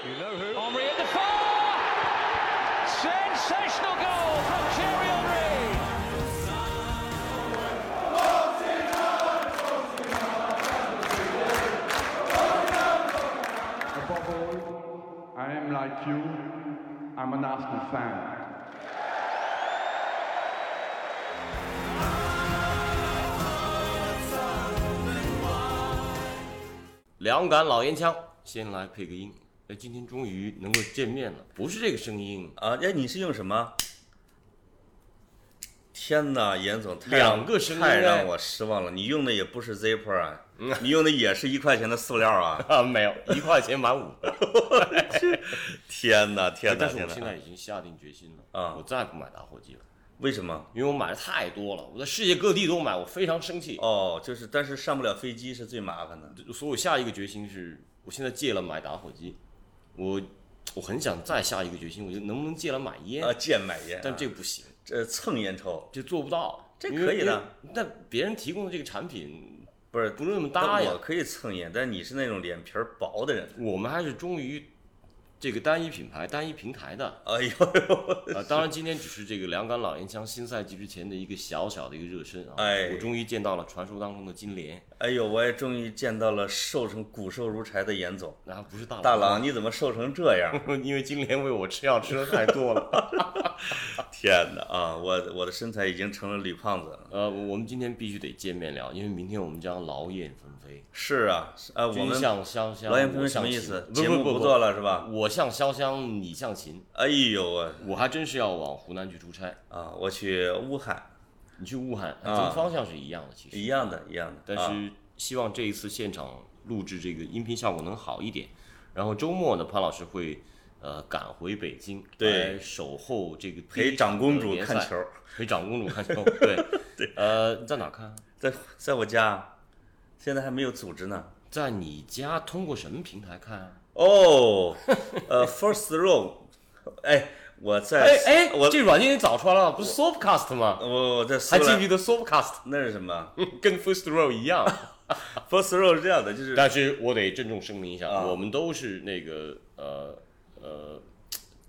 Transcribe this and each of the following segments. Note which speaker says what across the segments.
Speaker 1: You know who?
Speaker 2: Henry at the far! Sensational goal from Thierry Henry!
Speaker 3: Above all, I am like you. I'm an Arsenal fan.
Speaker 4: 《两杆老烟枪》，先来配个音。哎，今天终于能够见面了，不是这个声音，
Speaker 5: 啊，哎，你是用什么？天哪，严总，太
Speaker 4: 两
Speaker 5: 让
Speaker 4: 个声音
Speaker 5: 太
Speaker 4: 哎嗯
Speaker 5: 让我失望了。你用的也不是 Zipper 啊， 你用的也是一块钱的塑 料啊！
Speaker 4: 啊，没有一块钱买五 个。
Speaker 5: 天哪，
Speaker 4: 哎
Speaker 5: 天哪，
Speaker 4: 但是
Speaker 5: 天
Speaker 4: 我现在
Speaker 5: 哪！
Speaker 4: 已经下定决心了
Speaker 5: 啊
Speaker 4: 我再不买打火机了，
Speaker 5: 为什么？
Speaker 4: 因为我买的太多了，我在世界各地都买，我非常生气。
Speaker 5: 哦，就是，但是上不了飞机是最麻烦的。
Speaker 4: 所以我下一个决心是，我现在戒了买打火机，我我很想再下一个决心，我就能不能戒了买烟？
Speaker 5: 啊，贱买烟啊，
Speaker 4: 但这个不行，
Speaker 5: 这蹭烟抽
Speaker 4: 这做不到。
Speaker 5: 这
Speaker 4: 因为
Speaker 5: 可以的。
Speaker 4: 因为但别人提供的这个产品
Speaker 5: 不是
Speaker 4: 不是那么
Speaker 5: 但
Speaker 4: 搭呀
Speaker 5: 我。可以蹭烟，但你是那种脸皮儿薄的人。
Speaker 4: 我们还是忠于这个单一品牌、单一平台的。
Speaker 5: 哎呦呦，
Speaker 4: 啊，当然，今天只是这个两杆老烟枪新赛季之前的一个小小的一个热身啊。
Speaker 5: 哎
Speaker 4: 我终于见到了传说当中的金莲，
Speaker 5: 哎呦，我也终于见到了瘦成骨瘦如柴的严总。
Speaker 4: 那还不是大
Speaker 5: 大 郎，，你怎么瘦成这样？
Speaker 4: 因为金莲喂我吃药吃的太多了。
Speaker 5: 天哪啊！我我的身材已经成了吕胖子了。
Speaker 4: 呃，我们今天必须得见面聊，因为明天我们将劳燕分飞。
Speaker 5: 是啊，是啊，我
Speaker 4: 君
Speaker 5: 们
Speaker 4: 向潇湘，
Speaker 5: 劳燕分
Speaker 4: 我
Speaker 5: 飞什
Speaker 4: 向
Speaker 5: 么意
Speaker 4: 秦
Speaker 5: 思？
Speaker 4: 不
Speaker 5: 节目
Speaker 4: 不不
Speaker 5: 做了是吧？
Speaker 4: 我向潇湘，你向秦。
Speaker 5: 哎呦我
Speaker 4: 我还真是要往湖南去出差，
Speaker 5: 啊，我去乌汉，
Speaker 4: 你去武汉，咱
Speaker 5: 啊
Speaker 4: 们方向是一样的，其实
Speaker 5: 一样的，一样的。
Speaker 4: 但
Speaker 5: 啊
Speaker 4: 是希望这一次现场录制这个音频效果能好一点。然后周末呢，潘老师会呃赶回北京，
Speaker 5: 对
Speaker 4: 来守候这个第一
Speaker 5: 陪长公主
Speaker 4: 场的联
Speaker 5: 看
Speaker 4: 赛
Speaker 5: 球，，
Speaker 4: 陪长公主看 球，对对，呃，你在哪看？
Speaker 5: 在在我家，现在还没有组织 呢。
Speaker 4: 在你家通过什么平台看啊？
Speaker 5: 哦，呃，First Row，哎，我在
Speaker 4: 哎哎，
Speaker 5: 我
Speaker 4: 这软件你早穿了，不是 Softcast 吗？
Speaker 5: 我我在苏
Speaker 4: 还记不记
Speaker 5: 兰，
Speaker 4: 得 Softcast
Speaker 5: 那是什么
Speaker 4: 跟 First Row 一 样？
Speaker 5: ？First Row 是这样的，就是
Speaker 4: 但是我得郑重声明一下，
Speaker 5: 啊
Speaker 4: 我们都是那个呃呃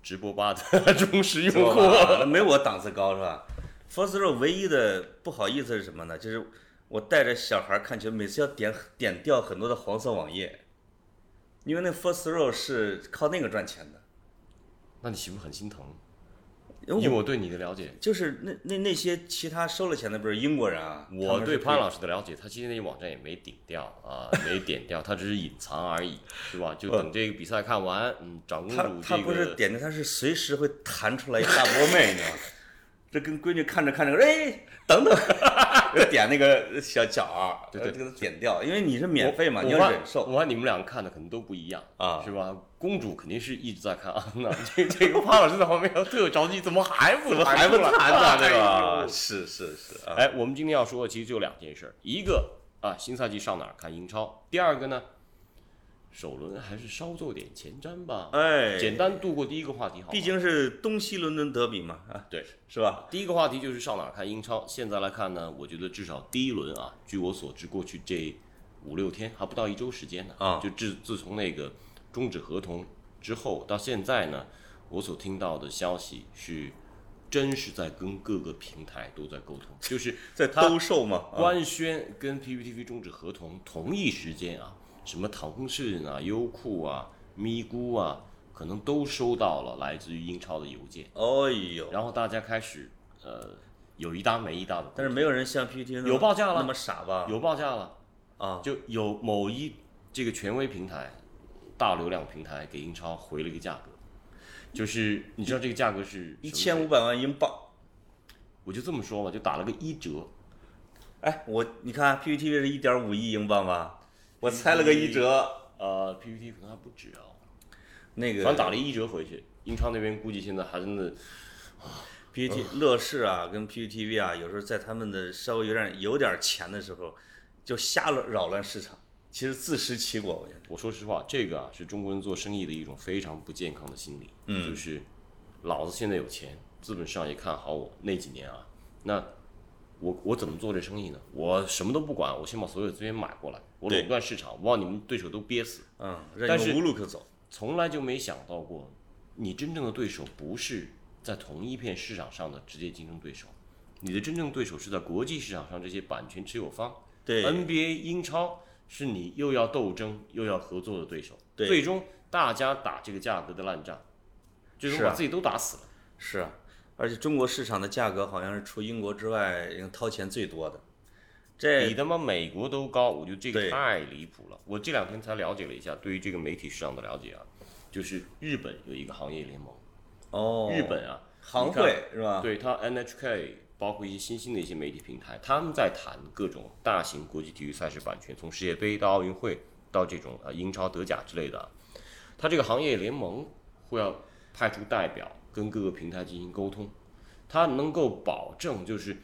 Speaker 4: 直播吧的 忠实用户。
Speaker 5: 那没我档次高是吧？First Row 唯一的不好意思是什么呢？就是我带着小孩看球，每次要点点掉很多的黄色网页，因为那 First Row 是靠那个赚钱的。
Speaker 4: 那你岂不是很心疼？
Speaker 5: 因
Speaker 4: 以
Speaker 5: 哎为我
Speaker 4: 我对你的了解，
Speaker 5: 就是那那那些其他收了钱的，不是英国人啊？
Speaker 4: 我对潘老
Speaker 5: 师
Speaker 4: 师的了解，他其实那网站也没顶掉啊，没点掉，他只是隐藏而已，是吧？就等这个比赛看完，嗯，长公
Speaker 5: 呃他
Speaker 4: 主
Speaker 5: 他
Speaker 4: 这
Speaker 5: 不是
Speaker 4: 个
Speaker 5: 点的，他是随时会弹出来一 大波妹，你知道吗？这跟闺女看着看着，哎，等 等，点那个小角儿，
Speaker 4: 对对
Speaker 5: 给它点掉，因为你是
Speaker 4: 我
Speaker 5: 免费嘛，你
Speaker 4: 我
Speaker 5: 要
Speaker 4: 看
Speaker 5: 忍受。
Speaker 4: 我看你们俩看的可能都不一样
Speaker 5: 啊
Speaker 4: 是吧？公主肯定是一直在看啊，那这这个潘老师在旁边特着急，怎么还不怎么
Speaker 5: 还不 谈呢，对
Speaker 4: 哎
Speaker 5: 吧？
Speaker 4: 呦
Speaker 5: 是是是啊，
Speaker 4: 哎，我们今天要说的其实就两件事儿，一个啊，新赛季上哪儿看英超？第二个呢，首轮还是稍做点前瞻吧，
Speaker 5: 哎
Speaker 4: 简单度过第一个话题好吗。
Speaker 5: 毕竟是东西伦敦德比嘛，啊，
Speaker 4: 对，
Speaker 5: 是吧？
Speaker 4: 第一个话题就是上哪儿看英超。现在来看呢，我觉得至少第一轮啊，据我所知，过去这五六天还不到一周时间呢
Speaker 5: 啊
Speaker 4: 就自自从那个终止合同之后到现在呢，我所听到的消息是。真是在跟各个平台都在沟通，就是
Speaker 5: 在
Speaker 4: 他
Speaker 5: 兜售嘛，啊
Speaker 4: 官宣跟 PPTV 终止合同同一时间啊，什么腾讯啊、优酷啊、咪咕啊，可能都收到了来自于英超的邮件，
Speaker 5: 哎呦，
Speaker 4: 然后大家开始呃有一搭没一搭的，
Speaker 5: 但是没有人像 PPT 那么
Speaker 4: 有报价了
Speaker 5: 那么傻吧？
Speaker 4: 有报价了，
Speaker 5: 啊，
Speaker 4: 就有某一这个权威平台、大流量平台给英超回了一个价格，就是你知道这个价格是
Speaker 5: 一千
Speaker 4: 五，
Speaker 5: 五百万英镑。
Speaker 4: 我就这么说吧，就打了个一折，
Speaker 5: 哎，我你看 PPTV 是一点五亿英镑吧？我猜了个一折，
Speaker 4: 呃，PPT 可能还不止啊。
Speaker 5: 那个
Speaker 4: 反正打了一折回去。英超那边估计现在还真的嗯
Speaker 5: PPT 乐视啊，跟 PPTV 啊，有时候在他们的稍微有点有点钱的时候，就瞎乱扰乱市场，其实自食其果，我觉得。
Speaker 4: 我说实话，这个啊是中国人做生意的一种非常不健康的心理，
Speaker 5: 嗯
Speaker 4: 就是老子现在有钱，资本市场也看好我。那几年啊，那我我怎么做这生意呢？我什么都不管，我先把所有资源买过来，我
Speaker 5: 对
Speaker 4: 垄断市场，我把你们对手都憋死。
Speaker 5: 嗯，
Speaker 4: 但
Speaker 5: 任
Speaker 4: 是
Speaker 5: 由无路可走。
Speaker 4: 从来就没想到过，你真正的对手不是在同一片市场上的直接竞争对手，你的真正对手是在国际市场上这些版权持有方。
Speaker 5: 对
Speaker 4: NBA、英超是你又要斗争又要合作的对手，
Speaker 5: 对
Speaker 4: 最终大家打这个价格的烂仗，最终
Speaker 5: 是啊
Speaker 4: 把自己都打死了。
Speaker 5: 是啊，而且中国市场的价格好像是除英国之外应该掏钱最多的。这
Speaker 4: 比他妈美国都高，我觉得这
Speaker 5: 对
Speaker 4: 个太离谱了。我这两天才了解了一下，对于这个媒体市场的了解啊，就是日本有一个行业联盟，
Speaker 5: 哦，
Speaker 4: 日本啊，
Speaker 5: 行
Speaker 4: 你看
Speaker 5: 会是吧？
Speaker 4: 对它 NHK 包括一些新兴的一些媒体平台，他们在谈各种大型国际体育赛事版权，从世界杯到奥运会到这种啊英超、德甲之类的啊，它这个行业联盟会要派出代表跟各个平台进行沟通，它能够保证就是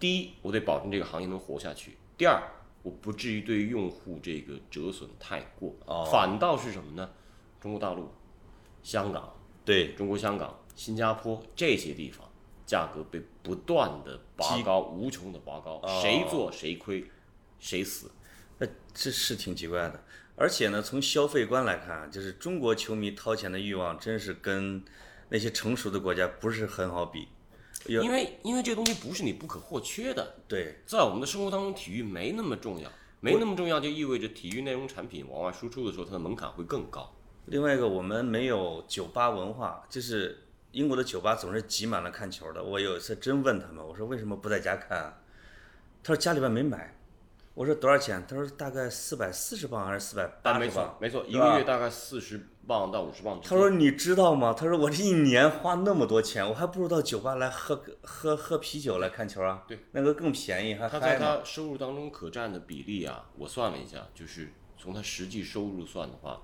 Speaker 4: 第一，我得保证这个行业能活下去；第二，我不至于对用户这个折损太过。
Speaker 5: 哦
Speaker 4: 反倒是什么呢？中国大陆、香港、
Speaker 5: 对
Speaker 4: 中国香港、新加坡这些地方，价格被不断的拔高，无穷的拔高，
Speaker 5: 哦
Speaker 4: 谁做谁亏，谁死。
Speaker 5: 那这是挺奇怪的。而且呢，从消费观来看，啊就是中国球迷掏钱的欲望真是跟那些成熟的国家不是很好比。有
Speaker 4: 因为因为这东西不是你不可或缺的，
Speaker 5: 对
Speaker 4: 在我们的生活当中，体育没那么重要，没那么重要就意味着体育内容产品往外输出的时候，它的门槛会更高。
Speaker 5: 另外一个，我们没有酒吧文化，就是英国的酒吧总是挤满了看球的。我有一次真问他们，我说为什么不在家看、啊？他说家里边没买。我说多少钱？他说大概四百四十镑还是四百
Speaker 4: 但
Speaker 5: 八
Speaker 4: 没
Speaker 5: 十
Speaker 4: 错
Speaker 5: 镑。
Speaker 4: 没错，一
Speaker 5: 对吧
Speaker 4: 个月大概四十磅到五十磅之
Speaker 5: 他
Speaker 4: 间。
Speaker 5: 说你知道吗？他说我这一年花那么多钱，我还不如到酒吧来喝个喝喝啤酒来看球啊。
Speaker 4: 对，
Speaker 5: 那个更便宜，还
Speaker 4: 他在
Speaker 5: 嗨嘛。
Speaker 4: 他收入当中可占的比例啊，我算了一下，就是从他实际收入算的话，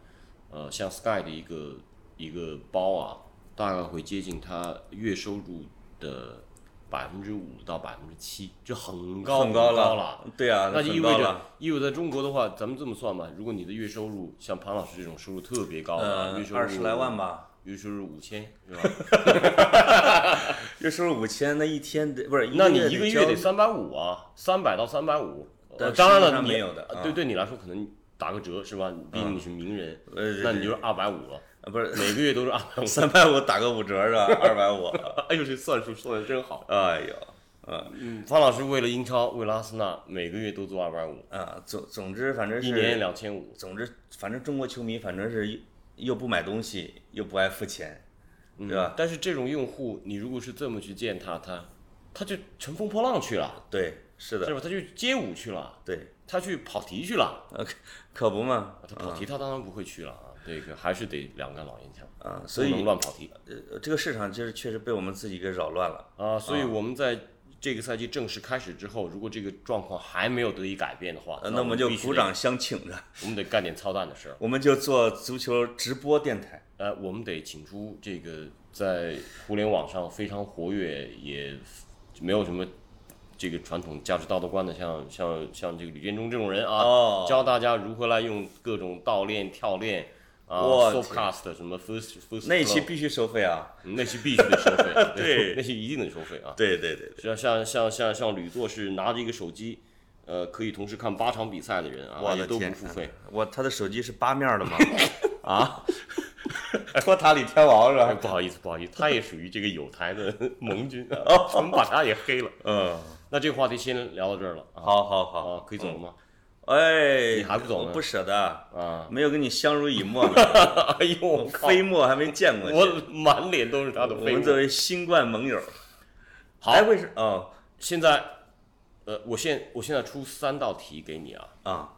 Speaker 4: 呃，像 Sky 的一个一个包啊，大概会接近他月收入的百分之五到百分之七，就很高
Speaker 5: 很高
Speaker 4: 了。
Speaker 5: 对啊，
Speaker 4: 那就意
Speaker 5: 很
Speaker 4: 味
Speaker 5: 高
Speaker 4: 着
Speaker 5: 了。，
Speaker 4: 意味着在中国的话，咱们这么算吧，如果你的月收入像庞老师这种收入特别高的，
Speaker 5: 呃
Speaker 4: 月，收入
Speaker 5: 二十来万，吧。
Speaker 4: 月收入五千是吧？
Speaker 5: 月收入五千，那一天得不是？
Speaker 4: 那你一个月
Speaker 5: 交
Speaker 4: 得三百五啊，三百到三百五。呃，
Speaker 5: 但
Speaker 4: 当然
Speaker 5: 实际
Speaker 4: 了，
Speaker 5: 上
Speaker 4: 你
Speaker 5: 没有的
Speaker 4: 呃
Speaker 5: 啊
Speaker 4: 对对你来说可能打个折是吧？毕竟你是名人，
Speaker 5: 呃
Speaker 4: 那你就是二百五了，
Speaker 5: 啊，不是
Speaker 4: 每个月都是二 百五。
Speaker 5: 三百五打个五 折是吧？二百五，
Speaker 4: 哎呦，这算数算的真好。
Speaker 5: 哎呦，
Speaker 4: 嗯，方老师为了英超，为了阿森纳，每个月都做二百五，
Speaker 5: 啊，总总之反正是
Speaker 4: 一年两千五。
Speaker 5: 总之反正中国球迷反正是又又不买东西，又不爱付钱，
Speaker 4: 嗯
Speaker 5: 对吧？
Speaker 4: 但是这种用户，你如果是这么去践踏他，他就乘风破浪去了，
Speaker 5: 对，
Speaker 4: 是
Speaker 5: 是的，
Speaker 4: 吧？他去街舞去了，
Speaker 5: 对，
Speaker 4: 他去跑题去了。
Speaker 5: 呃，可可不嘛，
Speaker 4: 他跑题他当然不会去了啊，这个还是得两杆老烟枪，
Speaker 5: 啊，所
Speaker 4: 不能
Speaker 5: 以
Speaker 4: 乱跑题。
Speaker 5: 呃这个市场就是确实被我们自己给扰乱了。
Speaker 4: 啊，所以我们在这个赛季正式开始之后，如果这个状况还没有得以改变的话，
Speaker 5: 呃，那
Speaker 4: 那
Speaker 5: 我们就
Speaker 4: 必须
Speaker 5: 鼓
Speaker 4: 得，
Speaker 5: 掌相请着，
Speaker 4: 我们得干点操蛋的事儿。
Speaker 5: 我们就做足球直播电台。
Speaker 4: 呃，我们得请出这个在互联网上非常活跃，也没有什么这个传统价值道德观的，像像像这个吕建中这种人啊，
Speaker 5: 哦
Speaker 4: 教大家如何来用各种倒链、跳链啊
Speaker 5: 我天
Speaker 4: ，softcast 什么 first first
Speaker 5: 那一期
Speaker 4: Club，
Speaker 5: 必须收费啊！
Speaker 4: 嗯那期必须得收费，
Speaker 5: 对
Speaker 4: 那期一定得收费啊。
Speaker 5: 对对对，
Speaker 4: 像像像像像吕座是拿着一个手机，呃，可以同时看八场比赛的人啊，
Speaker 5: 我
Speaker 4: 也
Speaker 5: 的
Speaker 4: 都不
Speaker 5: 天，
Speaker 4: 付费。
Speaker 5: 我他的手机是八面儿 的吗？啊， 托塔李天王是
Speaker 4: 哎，
Speaker 5: 吧？
Speaker 4: 不好意思，不好意思，他也属于这个有台的 盟军啊，我们把他也黑了。
Speaker 5: 嗯，
Speaker 4: 那这个话题先聊到这儿了啊，
Speaker 5: 好好好，
Speaker 4: 啊，可以走了吗？
Speaker 5: 哎，
Speaker 4: 你还不走呢
Speaker 5: 我不舍得，
Speaker 4: 啊，
Speaker 5: 没有跟你相濡以沫呢，
Speaker 4: 哎呦，我 靠
Speaker 5: 飞沫还没见过
Speaker 4: 我
Speaker 5: 你。
Speaker 4: 满脸都是他的
Speaker 5: 我
Speaker 4: 飞
Speaker 5: 们作
Speaker 4: 沫。
Speaker 5: 为新冠盟友，
Speaker 4: 好
Speaker 5: 哎，为什哦
Speaker 4: 现在，呃，我现我现在出三道题给你啊，
Speaker 5: 啊，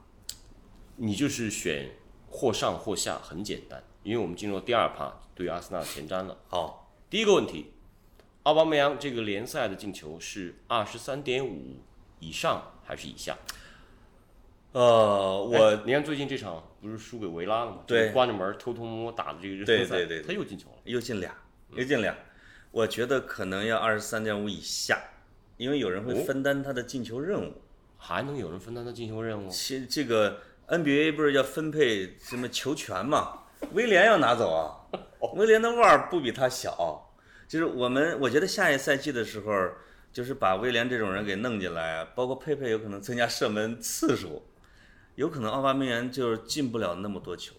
Speaker 4: 你就是选或上或下，很简单，因为我们进入第二趴，对于阿森纳的前瞻了。
Speaker 5: 好，
Speaker 4: 第一个问题，奥巴梅扬这个联赛的进球是二十三点五以上还是以下？
Speaker 5: 呃，
Speaker 4: 哎
Speaker 5: 我
Speaker 4: 你看最近这场不是输给维拉了吗？
Speaker 5: 对
Speaker 4: 这个关着门偷偷摸摸打的这个热
Speaker 5: 对
Speaker 4: 身赛，
Speaker 5: 对对对
Speaker 4: 他又进球了。
Speaker 5: 又进俩，
Speaker 4: 嗯
Speaker 5: 又进俩，我觉得可能要二十三点五以下，因为有人会
Speaker 4: 哦
Speaker 5: 分担他的进球任务。
Speaker 4: 还能有人分担他进球任务？
Speaker 5: 其这个 NBA 不是要分配什么球权嘛？威廉要拿走啊，威廉的腕儿不比他小。就是我们，我觉得下一赛季的时候，就是把威廉这种人给弄进来，啊包括佩佩有可能增加射门次数，有可能奥巴梅扬就是进不了那么多球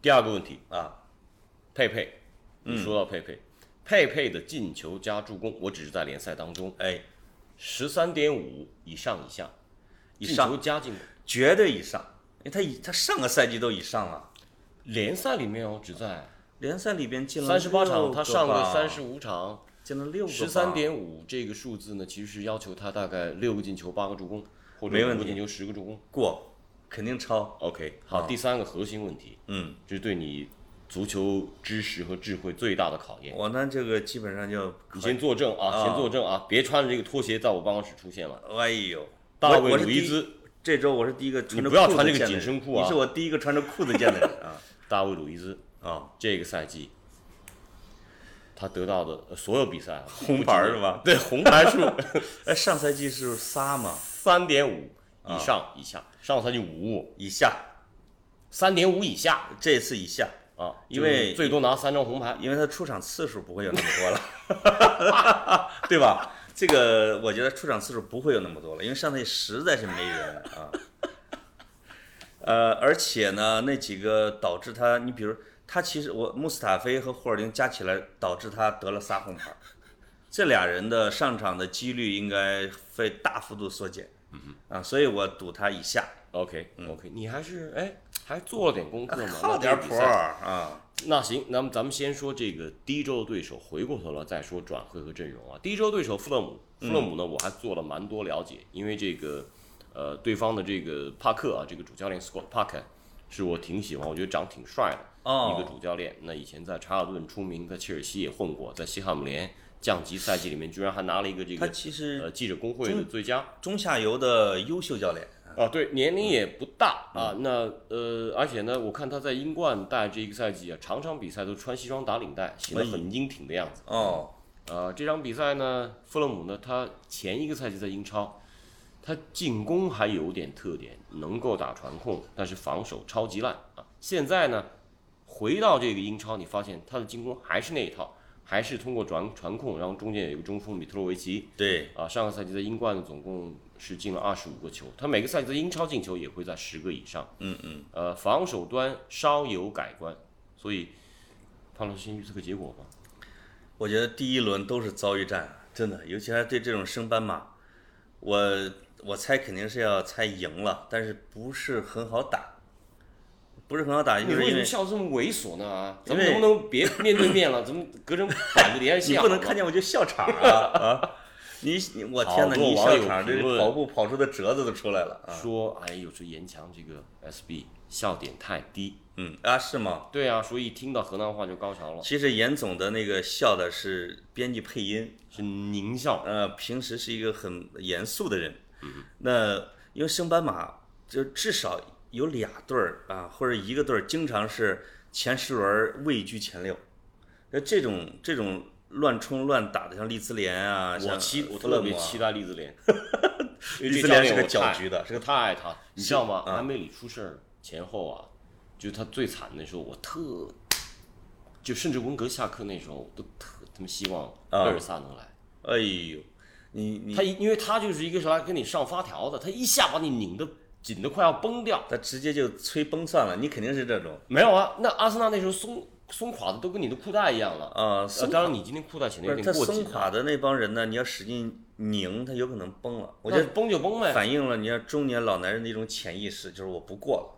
Speaker 4: 第二个问题，
Speaker 5: 啊。
Speaker 4: 佩佩，你说到佩佩，佩佩的进球加助攻，我只是在联赛当中
Speaker 5: 哎，
Speaker 4: 十三点五以上以下，
Speaker 5: 以
Speaker 4: 进
Speaker 5: 上
Speaker 4: 球加进攻
Speaker 5: 绝对以上，因为他以他上个赛季都以上了，
Speaker 4: 联赛里面哦，只在
Speaker 5: 联赛里边进了
Speaker 4: 三十八场，他上
Speaker 5: 了
Speaker 4: 了三十，五场，
Speaker 5: 进了六个吧，
Speaker 4: 十三点五这个数字呢，其实是要求他大概六个进球八个助攻，或
Speaker 5: 没
Speaker 4: 者
Speaker 5: 问
Speaker 4: 五个
Speaker 5: 题
Speaker 4: 进球十个助攻。
Speaker 5: 过，肯定超，
Speaker 4: OK，好，第三个核心问题，
Speaker 5: 嗯，
Speaker 4: 这是对你足球知识和智慧最大的考验。
Speaker 5: 我呢这个基本上就
Speaker 4: 你先作证啊，
Speaker 5: 啊
Speaker 4: 先作证啊，别穿着这个拖鞋在我办公室出现了。
Speaker 5: 哎呦，
Speaker 4: 大
Speaker 5: 我
Speaker 4: 卫
Speaker 5: 我是
Speaker 4: 鲁伊
Speaker 5: 第一
Speaker 4: 兹，
Speaker 5: 这周我是第一个穿着
Speaker 4: 你不要
Speaker 5: 裤子
Speaker 4: 穿这个
Speaker 5: 见的人
Speaker 4: 紧身裤啊
Speaker 5: 你是我第一个穿着裤子见的人啊
Speaker 4: 大卫鲁伊兹
Speaker 5: 啊！
Speaker 4: 这个赛季他得到的呃所有比赛啊，
Speaker 5: 红牌是吧？
Speaker 4: 对红牌数
Speaker 5: 哎，上赛季是仨嘛，
Speaker 4: 三点五以上以下，上赛季五
Speaker 5: 啊以下，
Speaker 4: 三点五以下
Speaker 5: 这次以下，
Speaker 4: 啊，
Speaker 5: 因为
Speaker 4: 就是最多拿三张红牌。
Speaker 5: 因为他出场次数不会有那么多了， 对吧？这个我觉得出场次数不会有那么多了，因为上赛季实在是没人啊。呃，而且呢，那几个导致他，你比如他其实我穆斯塔菲和霍尔丁加起来导致他得了仨红牌，这俩人的上场的几率应该会大幅度缩减。
Speaker 4: 嗯
Speaker 5: 啊，所以我赌他以下，
Speaker 4: OK OK，你还是哎还做嗯啊了点功课嘛？
Speaker 5: 靠
Speaker 4: 那
Speaker 5: 点
Speaker 4: 这个比
Speaker 5: 谱
Speaker 4: 赛
Speaker 5: 儿啊，
Speaker 4: 那行，那么咱们先说这个第一周的对手，回过头来再说转会和阵容啊。第一周对手富勒姆，富勒姆呢，我还做了蛮多了解，因为这个呃，对方的这个帕克啊，这个主教练 Scott Parker 是我挺喜欢，我觉得长挺帅的、
Speaker 5: 哦
Speaker 4: 一个主教练。那以前在查尔顿出名，在切尔西也混过，在西汉姆联降级赛季里面，居然还拿了一个这
Speaker 5: 他
Speaker 4: 个
Speaker 5: 其实
Speaker 4: 呃记者工会的最佳。
Speaker 5: 中下游的优秀教练，
Speaker 4: 啊，对，年龄也不大啊。那呃，而且呢，我看他在英冠带这一个赛季啊，场场比赛都穿西装打领带，显得很英挺的样子。
Speaker 5: 哦，
Speaker 4: 呃，这场比赛呢，富勒姆呢，他前一个赛季在英超，他进攻还有点特点，能够打传控，但是防守超级烂啊。现在呢，回到这个英超，你发现他的进攻还是那一套，还是通过传传控，然后中间有一个中锋米特洛维奇，
Speaker 5: 对，
Speaker 4: 啊，上个赛季在英冠总共是进了二十五个球，他每个赛季在英超进球也会在十个以上。
Speaker 5: 嗯嗯，
Speaker 4: 呃，防守端稍有改观，所以潘老师先预测个结果吧。
Speaker 5: 我觉得第一轮都是遭遇战，啊真的，尤其还对这种升班马，我我猜肯定是要猜赢了，但是不是很好打，不是很好打，就
Speaker 4: 你
Speaker 5: 是
Speaker 4: 为
Speaker 5: 因
Speaker 4: 什么
Speaker 5: 为
Speaker 4: 笑得这么猥琐呢？啊，咱
Speaker 5: 因
Speaker 4: 们
Speaker 5: 为
Speaker 4: 能不能别面对面了？咱们隔着板子连着
Speaker 5: 你
Speaker 4: 线好
Speaker 5: 不
Speaker 4: 吗，
Speaker 5: 能看见我就笑场 啊啊！你你我天
Speaker 4: 好
Speaker 5: 哪，
Speaker 4: 多
Speaker 5: 你一
Speaker 4: 网
Speaker 5: 笑
Speaker 4: 友
Speaker 5: 场，这
Speaker 4: 评论
Speaker 5: 跑步跑出的折子都出来了啊！
Speaker 4: 说，哎，有时候严强这个 SB 笑点太低。
Speaker 5: 嗯啊，是吗？
Speaker 4: 对啊，所以一听到河南话就高潮了，
Speaker 5: 其实严总的那个笑的是编辑配音，
Speaker 4: 是狞笑。
Speaker 5: 呃，平时是一个很严肃的人。
Speaker 4: 嗯
Speaker 5: 那因为升班马就至少有俩队儿啊，或者一个队儿，经常是前十轮儿位居前六。那这种这种乱冲乱打的，像利兹联啊，
Speaker 4: 我
Speaker 5: 像
Speaker 4: 期我
Speaker 5: 弗勒
Speaker 4: 特
Speaker 5: 姆
Speaker 4: 别
Speaker 5: 啊
Speaker 4: 期待利兹 联，因为
Speaker 5: 利
Speaker 4: 这
Speaker 5: 兹
Speaker 4: 教
Speaker 5: 联是
Speaker 4: 练
Speaker 5: 个
Speaker 4: 我
Speaker 5: 搅
Speaker 4: 太
Speaker 5: 局的，
Speaker 4: 这
Speaker 5: 是
Speaker 4: 个
Speaker 5: 个
Speaker 4: 太他，你知道吗？
Speaker 5: 啊
Speaker 4: 安梅里出事儿前后啊，就是他最惨的时候，我特就甚至温格下课那时候，我都特他妈希望贝尔萨能来。
Speaker 5: 哎呦，你啊你
Speaker 4: 他一因为他就是一个是来给你上发条的，他一下把你拧得紧得快要崩掉。
Speaker 5: 他直接就催崩算了，你肯定是这种
Speaker 4: 没有啊，那阿森纳那时候松松垮的都跟你的裤带一样了。
Speaker 5: 啊，
Speaker 4: 呃
Speaker 5: 松
Speaker 4: 当然，你今天裤带显得
Speaker 5: 不
Speaker 4: 有点
Speaker 5: 是他
Speaker 4: 过紧啊
Speaker 5: 松
Speaker 4: 了
Speaker 5: 垮的那帮人呢，你要使劲拧，他有可能崩了。我觉
Speaker 4: 那
Speaker 5: 得
Speaker 4: 崩就崩呗。
Speaker 5: 反映了你看中年老男人的一种潜意识，就是我不过了，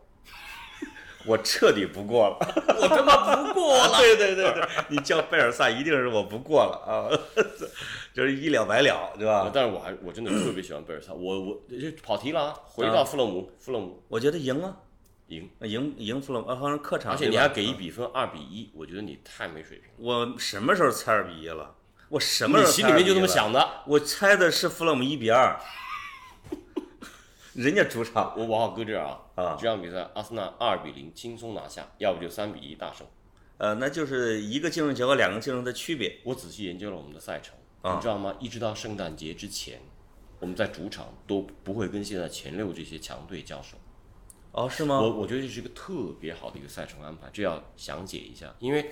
Speaker 5: 我彻底不过了。
Speaker 4: 我他妈不过了。
Speaker 5: 对对对对，你叫贝尔萨一定是我不过了啊，就是一了百了，对
Speaker 4: 啊
Speaker 5: 吧？
Speaker 4: 但是我还我真 的特别喜欢贝尔萨，我我就跑题了啊，回到富勒姆，富勒姆
Speaker 5: 我觉得赢啊，
Speaker 4: 赢，
Speaker 5: 赢赢弗洛姆，啊，好像客场，
Speaker 4: 而且
Speaker 5: 对
Speaker 4: 你
Speaker 5: 吧
Speaker 4: 还给一比分二比一，我觉得你太没水平了。
Speaker 5: 我什么时候猜二比一了？我什么
Speaker 4: 你
Speaker 5: 时候
Speaker 4: 心
Speaker 5: 猜
Speaker 4: 里面
Speaker 5: 2-1
Speaker 4: 就这么
Speaker 5: 了？
Speaker 4: 想的，
Speaker 5: 我猜的是弗洛姆一比二，人家主场
Speaker 4: 我我好搁这儿啊
Speaker 5: 啊
Speaker 4: 这场比赛阿森纳二比零轻松拿下，要不就三比一大胜。
Speaker 5: 呃，那就是一个进入球和两个进入的区别。
Speaker 4: 我仔细研究了我们的赛程，
Speaker 5: 啊
Speaker 4: 你知道吗？一直到圣诞节之前，我们在主场都不会跟现在前六这些强队交手。
Speaker 5: 哦，是吗？
Speaker 4: 我我觉得这是一个特别好的一个赛程安排，这要详解一下，因为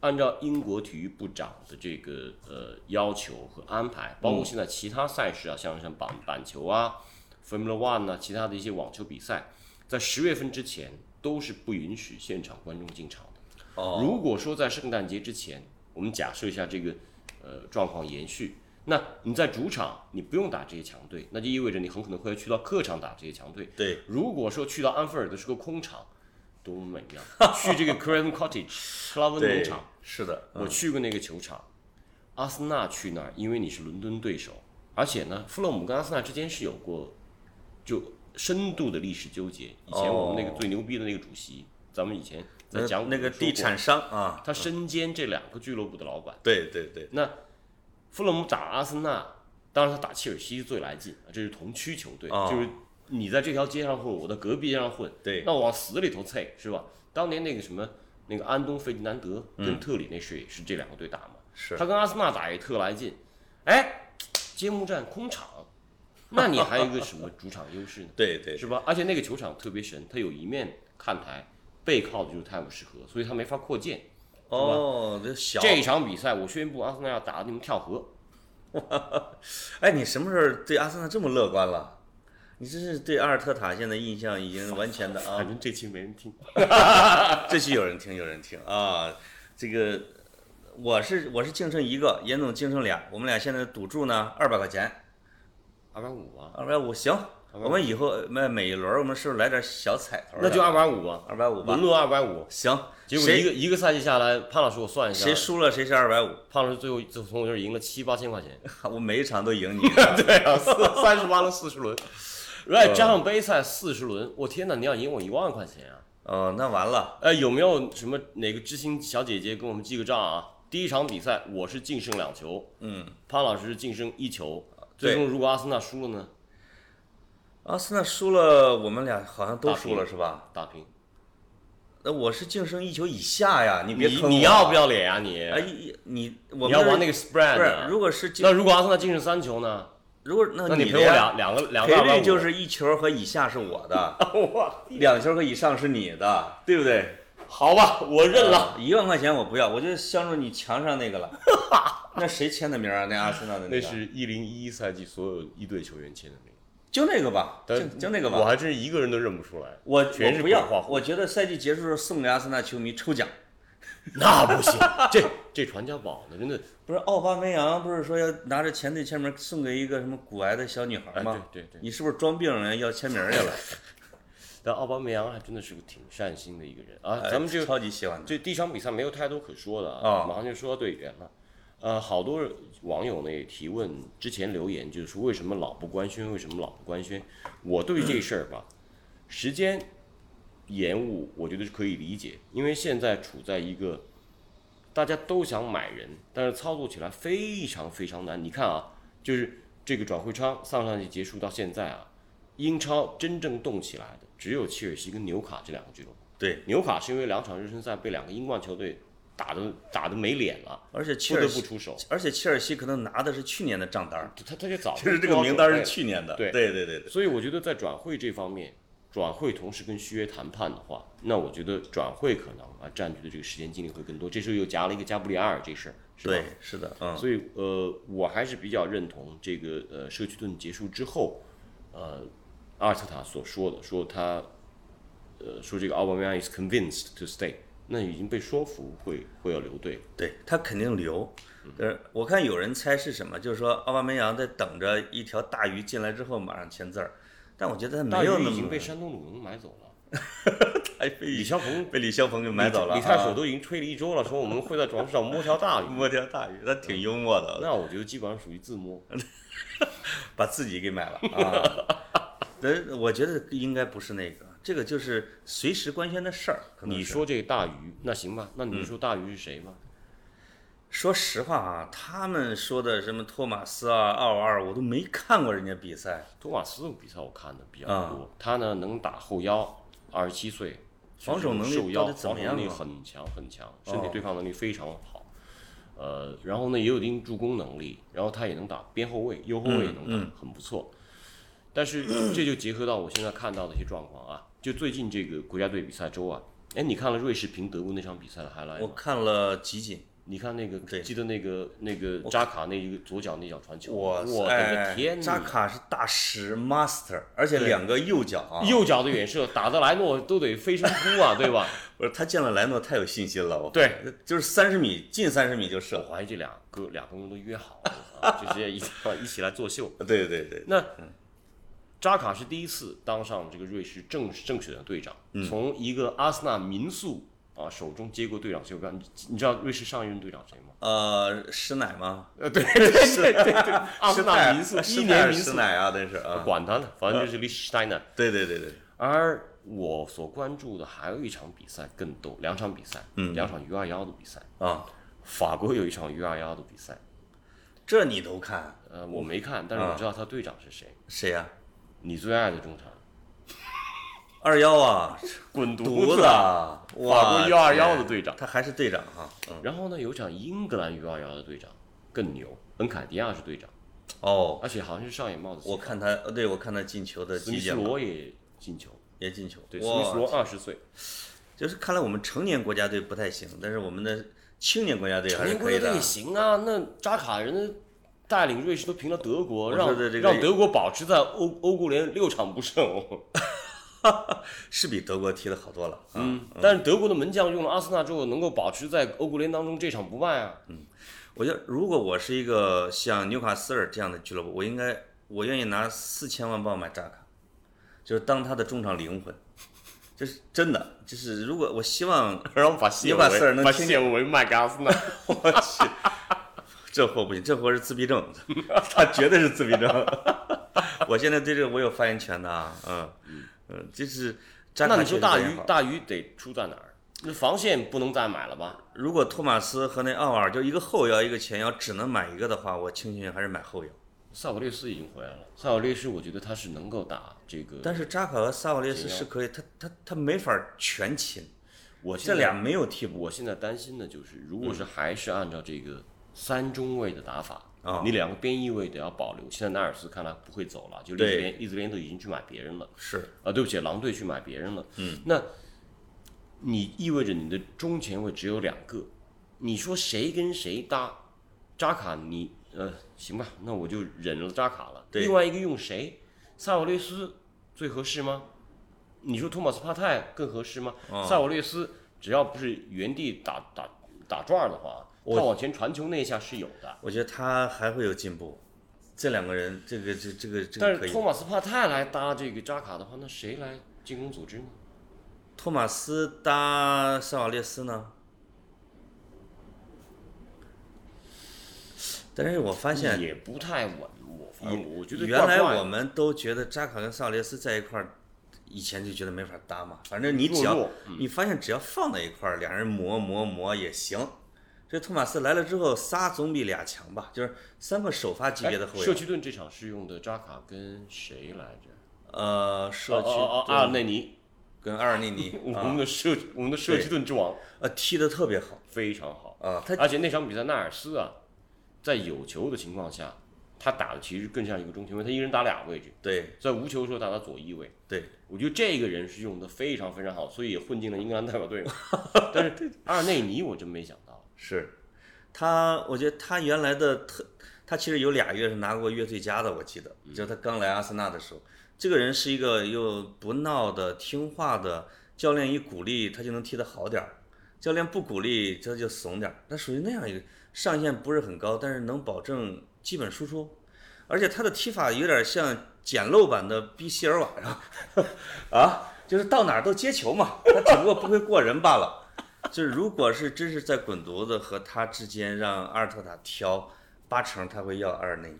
Speaker 4: 按照英国体育部长的这个呃要求和安排，包
Speaker 5: 嗯
Speaker 4: 括现在其他赛事啊，像像板板球啊、Formula One 啊，其他的一些网球比赛，在十月份之前都是不允许现场观众进场的。
Speaker 5: 哦
Speaker 4: 如果说在圣诞节之前，我们假设一下这个呃状况延续，那你在主场你不用打这些强队，那就意味着你很可能会去到客场打这些强队。
Speaker 5: 对，
Speaker 4: 如果说去到安菲尔德是个空场，多么美 妙！去这个 c r a v e n Cottage 克拉温农
Speaker 5: 对嗯
Speaker 4: 场，，
Speaker 5: 是的，
Speaker 4: 我去过那个球场，阿森纳去那儿，因为你是伦敦对手，而且呢，富勒姆跟阿森纳之间是有过就深度的历史纠结。以前我们那个
Speaker 5: 哦
Speaker 4: 最牛逼的那个主席，咱们以前在
Speaker 5: 那
Speaker 4: 讲
Speaker 5: 那个
Speaker 4: 说过
Speaker 5: 地产，商啊，
Speaker 4: 他身兼这两个俱乐部的老板。
Speaker 5: 对对对，
Speaker 4: 那富勒姆打阿森纳，当然他打切尔西最来劲，这是同区球队，
Speaker 5: 哦
Speaker 4: 就是你在这条街上混，我在隔壁街上混，
Speaker 5: 对
Speaker 4: 那我往死里头蹭，是吧？当年那个什么，那个安东费迪南德跟特里那是也是这两个队打嘛，
Speaker 5: 嗯是
Speaker 4: 他跟阿森纳打也特来劲，哎，揭幕战空场，那你还有一个什么主场优势呢？
Speaker 5: 对 对
Speaker 4: 是吧？而且那个球场特别神，它有一面看台，背靠的就是泰晤士河，所以它没法扩建。
Speaker 5: 哦，这小
Speaker 4: 这一场比赛，我宣布阿森纳要打你们跳河，
Speaker 5: 哎，你什么时候对阿森纳这么乐观了？你真是对阿尔特塔现在印象已经完全的
Speaker 4: 反
Speaker 5: 啊！
Speaker 4: 正这期没人听。
Speaker 5: 这期有人听，有人听啊！这个我是我是净剩一个，严总净剩俩，我们俩现在赌注呢二百块钱，
Speaker 4: 二百五啊，
Speaker 5: 二百五行。我们以后每每一轮我们是不是来点小彩头儿的？
Speaker 4: 那就二百五啊吧，
Speaker 5: 250吧
Speaker 4: 沦落二百五。
Speaker 5: 行。
Speaker 4: 结果一
Speaker 5: 谁
Speaker 4: 个一个赛季下来，潘老师我算一下，
Speaker 5: 谁输了谁是二百五，
Speaker 4: 潘老师最后最后从我这儿赢了七八千块钱。
Speaker 5: 我每一场都赢你。
Speaker 4: 对啊，四三十八轮四十 轮，嗯来加上哎杯赛四十轮，我天哪，你要赢我一万块钱啊！
Speaker 5: 哦，那完了，
Speaker 4: 哎，有没有什么哪个知心小姐姐跟我们记个账啊？第一场比赛我是净胜两球，
Speaker 5: 嗯，
Speaker 4: 潘老师是净胜一球。
Speaker 5: 对
Speaker 4: 最终如果阿森纳输了呢？
Speaker 5: 阿森纳输了，我们俩好像都
Speaker 4: 大
Speaker 5: 输
Speaker 4: 平
Speaker 5: 了是吧？
Speaker 4: 打平。
Speaker 5: 那我是净胜一球以下呀，你别
Speaker 4: 你
Speaker 5: 坑
Speaker 4: 你
Speaker 5: 我
Speaker 4: 要不要脸啊你？
Speaker 5: 哎，一你我
Speaker 4: 你
Speaker 5: 们
Speaker 4: 要
Speaker 5: 这
Speaker 4: 玩那个
Speaker 5: 不
Speaker 4: spread
Speaker 5: 是？
Speaker 4: 啊
Speaker 5: 如果是净
Speaker 4: 那如果阿森纳净胜三球呢？
Speaker 5: 如果那
Speaker 4: 那你
Speaker 5: 呃的
Speaker 4: 赔我
Speaker 5: 呀
Speaker 4: 两两个两个
Speaker 5: 赔
Speaker 4: 二百
Speaker 5: 率
Speaker 4: 五，
Speaker 5: 就是一球和以下是我的， 两球和以上是你的，对不对？
Speaker 4: 好吧，我认了。
Speaker 5: 一万块钱我不要，我就相中你墙上那个了。那谁签的名啊？那阿森纳 的
Speaker 4: 那
Speaker 5: 个？
Speaker 4: 是一零一赛季所有一队球员签的名，
Speaker 5: 就那个吧，就
Speaker 4: 但
Speaker 5: 就那个
Speaker 4: 我
Speaker 5: 吧。
Speaker 4: 还真是一个人都认不出来。
Speaker 5: 我
Speaker 4: 全
Speaker 5: 我
Speaker 4: 是
Speaker 5: 不要
Speaker 4: 鬼话，
Speaker 5: 我觉得赛季结束的时候送给阿森纳球迷抽奖。
Speaker 4: 那不行，这这传家宝呢，真的，
Speaker 5: 不是奥巴梅扬不是说要拿着前队签名送给一个什么骨癌的小女孩
Speaker 4: 哎，
Speaker 5: 吗？
Speaker 4: 对对对。
Speaker 5: 你是不是装病人要签名去 了？
Speaker 4: 但奥巴梅扬还真的是个挺善心的一个人啊。
Speaker 5: 哎
Speaker 4: 咱们就
Speaker 5: 超级喜欢的。
Speaker 4: 这第一场比赛没有太多可说的
Speaker 5: 啊
Speaker 4: 啊，马上就说到队员了。呃，好多网友呢也提问，之前留言就是说为什么老不官宣，为什么老不官宣？我对这事儿吧，时间延误我觉得是可以理解，因为现在处在一个大家都想买人，但是操作起来非常非常难。你看啊，就是这个转会窗上上季结束到现在啊，英超真正动起来的只有切尔西跟纽卡这两个俱乐部。
Speaker 5: 对，
Speaker 4: 纽卡是因为两场热身赛被两个英冠球队打的打的没脸了，
Speaker 5: 而且
Speaker 4: 不
Speaker 5: 切尔
Speaker 4: 得
Speaker 5: 西
Speaker 4: 不出手。
Speaker 5: 而且切尔西可能拿的是去年的账单儿，
Speaker 4: 他他就早
Speaker 5: 就是这个名单
Speaker 4: 做好
Speaker 5: 是
Speaker 4: 准备
Speaker 5: 去年的。
Speaker 4: 对
Speaker 5: 对对对对，
Speaker 4: 所以我觉得在转会这方面，转会同时跟续约谈判的话，那我觉得转会可能啊占据的这个时间精力会更多。这时候又夹了一个加布里埃尔这事儿，是吧
Speaker 5: 对？是的，嗯，
Speaker 4: 所以呃，我还是比较认同这个呃社区盾结束之后，呃，阿尔特塔所说的，说他呃说这个奥巴梅扬 is convinced to stay，那已经被说服会会要留队。
Speaker 5: 对他肯定留。呃，我看有人猜是什么，就是说奥巴梅扬在等着一条大鱼进来之后马上签字儿，但我觉得他
Speaker 4: 大
Speaker 5: 没有
Speaker 4: 鱼
Speaker 5: 那
Speaker 4: 已
Speaker 5: 么
Speaker 4: 经被山东鲁能买走了，
Speaker 5: 哎被
Speaker 4: 李
Speaker 5: 李
Speaker 4: 霄鹏
Speaker 5: 被李霄鹏给买走了啊，
Speaker 4: 李太守都已经吹了一周了，说我们会在床上摸条大 鱼。
Speaker 5: 摸条大鱼，他挺幽默的，
Speaker 4: 那我觉得基本上属于自摸，
Speaker 5: 把自己给买了啊。 但我觉得应该不是那个，这个就是随时官宣的事儿。可能
Speaker 4: 你
Speaker 5: 是
Speaker 4: 说这个大鱼，那行吧？那你们说大鱼是谁吧？
Speaker 5: 说实话啊，他们说的什么托马斯啊、奥尔，我都没看过人家比赛。
Speaker 4: 托马斯比赛我看的比较
Speaker 5: 啊
Speaker 4: 多，他呢能打后腰，二十七岁，
Speaker 5: 防守能力
Speaker 4: 受腰，
Speaker 5: 到底怎
Speaker 4: 防
Speaker 5: 么
Speaker 4: 守
Speaker 5: 样啊哦
Speaker 4: 能力很强很强，身体对抗能力非常好。呃，然后呢也有一定助攻能力，然后他也能打边后卫、右后卫也
Speaker 5: 嗯
Speaker 4: 能打，很不错。但是 这就结合到我现在看到的一些状况啊，就最近这个国家队比赛周啊，哎，你看了瑞士平德国那场比赛的 highlight
Speaker 5: 我
Speaker 4: 吗？
Speaker 5: 看了集锦，
Speaker 4: 你看那个，
Speaker 5: 对
Speaker 4: 记得那个那个扎卡那一个左脚那脚传球，
Speaker 5: 哇
Speaker 4: 我
Speaker 5: 塞
Speaker 4: 的个天
Speaker 5: 哎扎
Speaker 4: 呐！
Speaker 5: 卡是大师 master，而且
Speaker 4: 对
Speaker 5: 两个右脚啊，
Speaker 4: 右脚的远射打得莱诺都得飞身扑啊，对 吧？
Speaker 5: 不是他见了莱诺太有信心了，我
Speaker 4: 对，
Speaker 5: 就是三十米近三十米就射
Speaker 4: 我，怀疑这俩哥俩哥们都约好了，啊、就直接一一起来作秀。
Speaker 5: 对对对，
Speaker 4: 那扎卡是第一次当上这个瑞士正正选的队长，
Speaker 5: 嗯
Speaker 4: 从一个阿森纳民宿啊手中接过队长袖标。你你知道瑞士上一任队长谁吗？
Speaker 5: 呃，师奶吗？
Speaker 4: 呃，对对对对对，阿
Speaker 5: 施
Speaker 4: 森
Speaker 5: 耐
Speaker 4: 纳
Speaker 5: 尔
Speaker 4: 民宿
Speaker 5: 呃
Speaker 4: 一
Speaker 5: 施耐
Speaker 4: 年
Speaker 5: 尔
Speaker 4: 民
Speaker 5: 施
Speaker 4: 宿，
Speaker 5: 奶啊，真是啊，
Speaker 4: 管啊他呢，反正就是利施泰纳。
Speaker 5: 对对对对，
Speaker 4: 而我所关注的还有一场比赛更逗，两场比赛，嗯，两场 U 二幺的比赛。
Speaker 5: 啊，
Speaker 4: 法国有一场 U 二幺的比赛，
Speaker 5: 这你都看
Speaker 4: 呃，我没看，但是
Speaker 5: 嗯
Speaker 4: 我知道他队长是谁，
Speaker 5: 谁呀？
Speaker 4: 你最爱的中场，
Speaker 5: 二幺啊，
Speaker 4: 滚犊
Speaker 5: 犊
Speaker 4: 子
Speaker 5: 子
Speaker 4: 啊！
Speaker 5: 啊，
Speaker 4: 法国
Speaker 5: 哇
Speaker 4: 121
Speaker 5: 天
Speaker 4: 的队长
Speaker 5: 他还是队长哈，嗯，
Speaker 4: 然后呢，有场英格兰 U 二幺的队长更牛，恩凯迪亚是队长，
Speaker 5: 哦，
Speaker 4: 而且好像是上演帽子戏
Speaker 5: 我看他，呃对我看他进球的
Speaker 4: 斯密
Speaker 5: 集
Speaker 4: 斯
Speaker 5: 锦
Speaker 4: 罗也进球，
Speaker 5: 也进球，
Speaker 4: 对，斯密斯
Speaker 5: 哇，
Speaker 4: 罗二十岁，
Speaker 5: 就是看来我们成年国家队不太行，但是我们的青年国家队还是
Speaker 4: 英国
Speaker 5: 可以的
Speaker 4: 队也。行啊，那扎卡人家带领瑞士都平了德国，
Speaker 5: 我
Speaker 4: 让
Speaker 5: 说的这个
Speaker 4: 让德国保持在欧欧国联六场不胜哦。
Speaker 5: 是比德国踢的好多了。嗯，
Speaker 4: 但是德国的门将用了阿森纳之后，能够保持在欧国联当中这场不败啊。
Speaker 5: 嗯我觉得如果我是一个像纽卡斯尔这样的俱乐部，我应该我愿意拿四千万镑买扎卡，就是当他的中场灵魂，这是真的。就是如果我希望
Speaker 4: 然后把
Speaker 5: 谢文把谢
Speaker 4: 文维卖给阿森纳，
Speaker 5: 我去，这货不行，这货是自闭症， 他绝对是自闭症。 我现在对这个我有发言权的啊，嗯嗯，就是扎卡
Speaker 4: 那你说
Speaker 5: 确实
Speaker 4: 大
Speaker 5: 表现
Speaker 4: 鱼
Speaker 5: 好
Speaker 4: 大鱼得出在哪儿？那防线不能再买了吧？
Speaker 5: 如果托马斯和那奥尔就一个后腰一个前腰只能买一个的话，我倾向于还是买后腰。
Speaker 4: 萨瓦略斯已经回来了，萨瓦略斯我觉得他是能够打这个，
Speaker 5: 但是扎卡和萨瓦列斯
Speaker 4: 前腰
Speaker 5: 是可以，他他他没法全勤，
Speaker 4: 我现
Speaker 5: 这
Speaker 4: 在
Speaker 5: 俩没有替补
Speaker 4: 我现在担心的就是，如
Speaker 5: 嗯
Speaker 4: 果是还是按照这个三中卫的打法，
Speaker 5: 啊
Speaker 4: 你两个边翼位得要保留。现在纳尔斯看来不会走了，就利兹
Speaker 5: 对
Speaker 4: 联，利兹联都已经去买别人了。
Speaker 5: 是
Speaker 4: 啊，对不起，狼队去买别人了。嗯，那你意味着你的中前卫只有两个，你说谁跟谁搭？扎卡你，呃，行吧，那我就忍了扎卡了。
Speaker 5: 对
Speaker 4: 另外一个用谁？萨瓦略斯最合适吗？你说托马斯帕泰更合适吗？
Speaker 5: 嗯
Speaker 4: 萨瓦略斯只要不是原地打打打转儿的话，他往前传球那一下是有的。
Speaker 5: 我觉得他还会有进步。这两个人，这个这这个这
Speaker 4: 但
Speaker 5: 个可
Speaker 4: 是
Speaker 5: 以
Speaker 4: 托。马斯帕泰来搭这个扎卡的话，那谁来进攻组织呢？
Speaker 5: 托马斯搭萨瓦列斯呢？但是我发现，
Speaker 4: 也不太稳。我反正我觉得
Speaker 5: 原来
Speaker 4: 怪怪的
Speaker 5: 我们都觉得扎卡跟萨瓦列斯在一块儿，以前就觉得没法搭嘛。反正你只
Speaker 4: 嗯弱
Speaker 5: 要
Speaker 4: 弱
Speaker 5: 你发现只要放在一块儿，俩人磨磨磨也行。这托马斯来了之后，仨总比俩强吧？就是三个首发级别的
Speaker 4: 哎
Speaker 5: 后
Speaker 4: 社
Speaker 5: 卫，
Speaker 4: 区盾这场是用的扎卡跟谁来着？
Speaker 5: 呃，社
Speaker 4: 哦
Speaker 5: 区
Speaker 4: 哦嗯哦阿尔内尼，
Speaker 5: 跟阿尔内尼
Speaker 4: 我
Speaker 5: 啊
Speaker 4: 们，的社我们的社区盾之王
Speaker 5: 呃，踢得特别好
Speaker 4: 非常好，
Speaker 5: 啊。他
Speaker 4: 而且那场比赛纳尔斯啊，在有球的情况下，他打的其实更像一个中前卫，他一个人打俩位置，
Speaker 5: 对
Speaker 4: 在无球的时候打到左翼位。
Speaker 5: 对，
Speaker 4: 我觉得这个人是用的非常非常好，所以也混进了英格兰代表队嘛。 但是阿尔内尼我真没想到，
Speaker 5: 是，他，我觉得他原来的特，他其实有俩月是拿过乐最佳的，我记得，就他刚来阿森纳的时候，这个人是一个又不闹的、听话的，教练一鼓励他就能踢得好点儿，教练不鼓励他就怂点儿，他属于那样一个上限不是很高，但是能保证基本输出，而且他的踢法有点像简陋版的逼席尔瓦呀， 啊，就是到哪儿都接球嘛，他只不过不会过人罢了。就是如果是真是在滚犊子和他之间让阿尔特塔挑，八成他会要阿尔内尼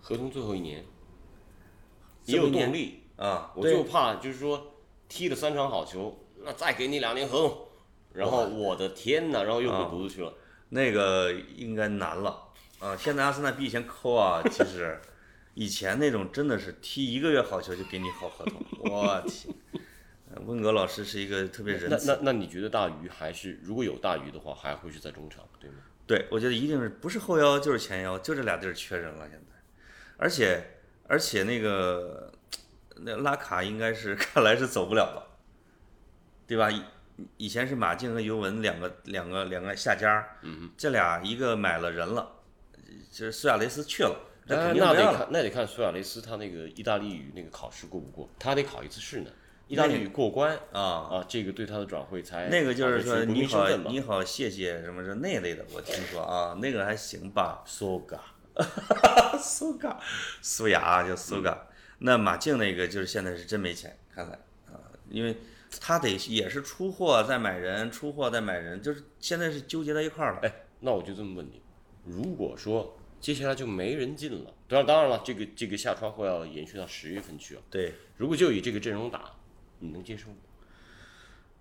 Speaker 4: 合同最后一年也
Speaker 5: 最后
Speaker 4: 有
Speaker 5: 一年
Speaker 4: 动力，
Speaker 5: 啊。
Speaker 4: 我
Speaker 5: 对
Speaker 4: 就怕就是说踢了三场好球，那再给你两年合同，然后我的天呐，然后又滚犊子去
Speaker 5: 啊
Speaker 4: 了。
Speaker 5: 那个应该难了啊。现在阿森纳比以前抠啊，其实以前那种真的是踢一个月好球就给你好合同，我天。呃温格老师是一个特别仁
Speaker 4: 那
Speaker 5: 慈
Speaker 4: 那那你觉得大鱼还是如果有大鱼的话，还会是在中场对吗？
Speaker 5: 对，我觉得一定是不是后腰就是前腰，就这俩地儿缺人了现在，而且而且那 个那拉卡应该是看来是走不了了，对吧？以前是马竞和尤文两个两个两个下家，嗯，这俩一个买了人了，这苏亚雷斯去了，这
Speaker 4: 哎
Speaker 5: 肯
Speaker 4: 那
Speaker 5: 定不要
Speaker 4: 得
Speaker 5: 了。
Speaker 4: 看，那得看苏亚雷斯他那个意大利语那个考试过不过，他还得考一次试呢。意大利语过关
Speaker 5: 啊，
Speaker 4: 啊，这个对他的转会才
Speaker 5: 那个就是
Speaker 4: 才
Speaker 5: 说
Speaker 4: 会取国
Speaker 5: 你
Speaker 4: 民身
Speaker 5: 好
Speaker 4: 份嘛
Speaker 5: 你好谢谢什么是那类的，我听说啊，那个还行吧。
Speaker 4: So ga，
Speaker 5: 苏嘎，苏雅啊叫苏
Speaker 4: 嗯
Speaker 5: 嘎。那马竞那个就是现在是真没钱，看来啊，因为他得也是出货再买人，出货再买人，就是现在是纠结在一块儿了。
Speaker 4: 哎，那我就这么问你，如果说接下来就没人进了，当然当然了，这个这个下窗会要延续到十月份去啊。
Speaker 5: 对，
Speaker 4: 如果就以这个阵容打，你能接受吗？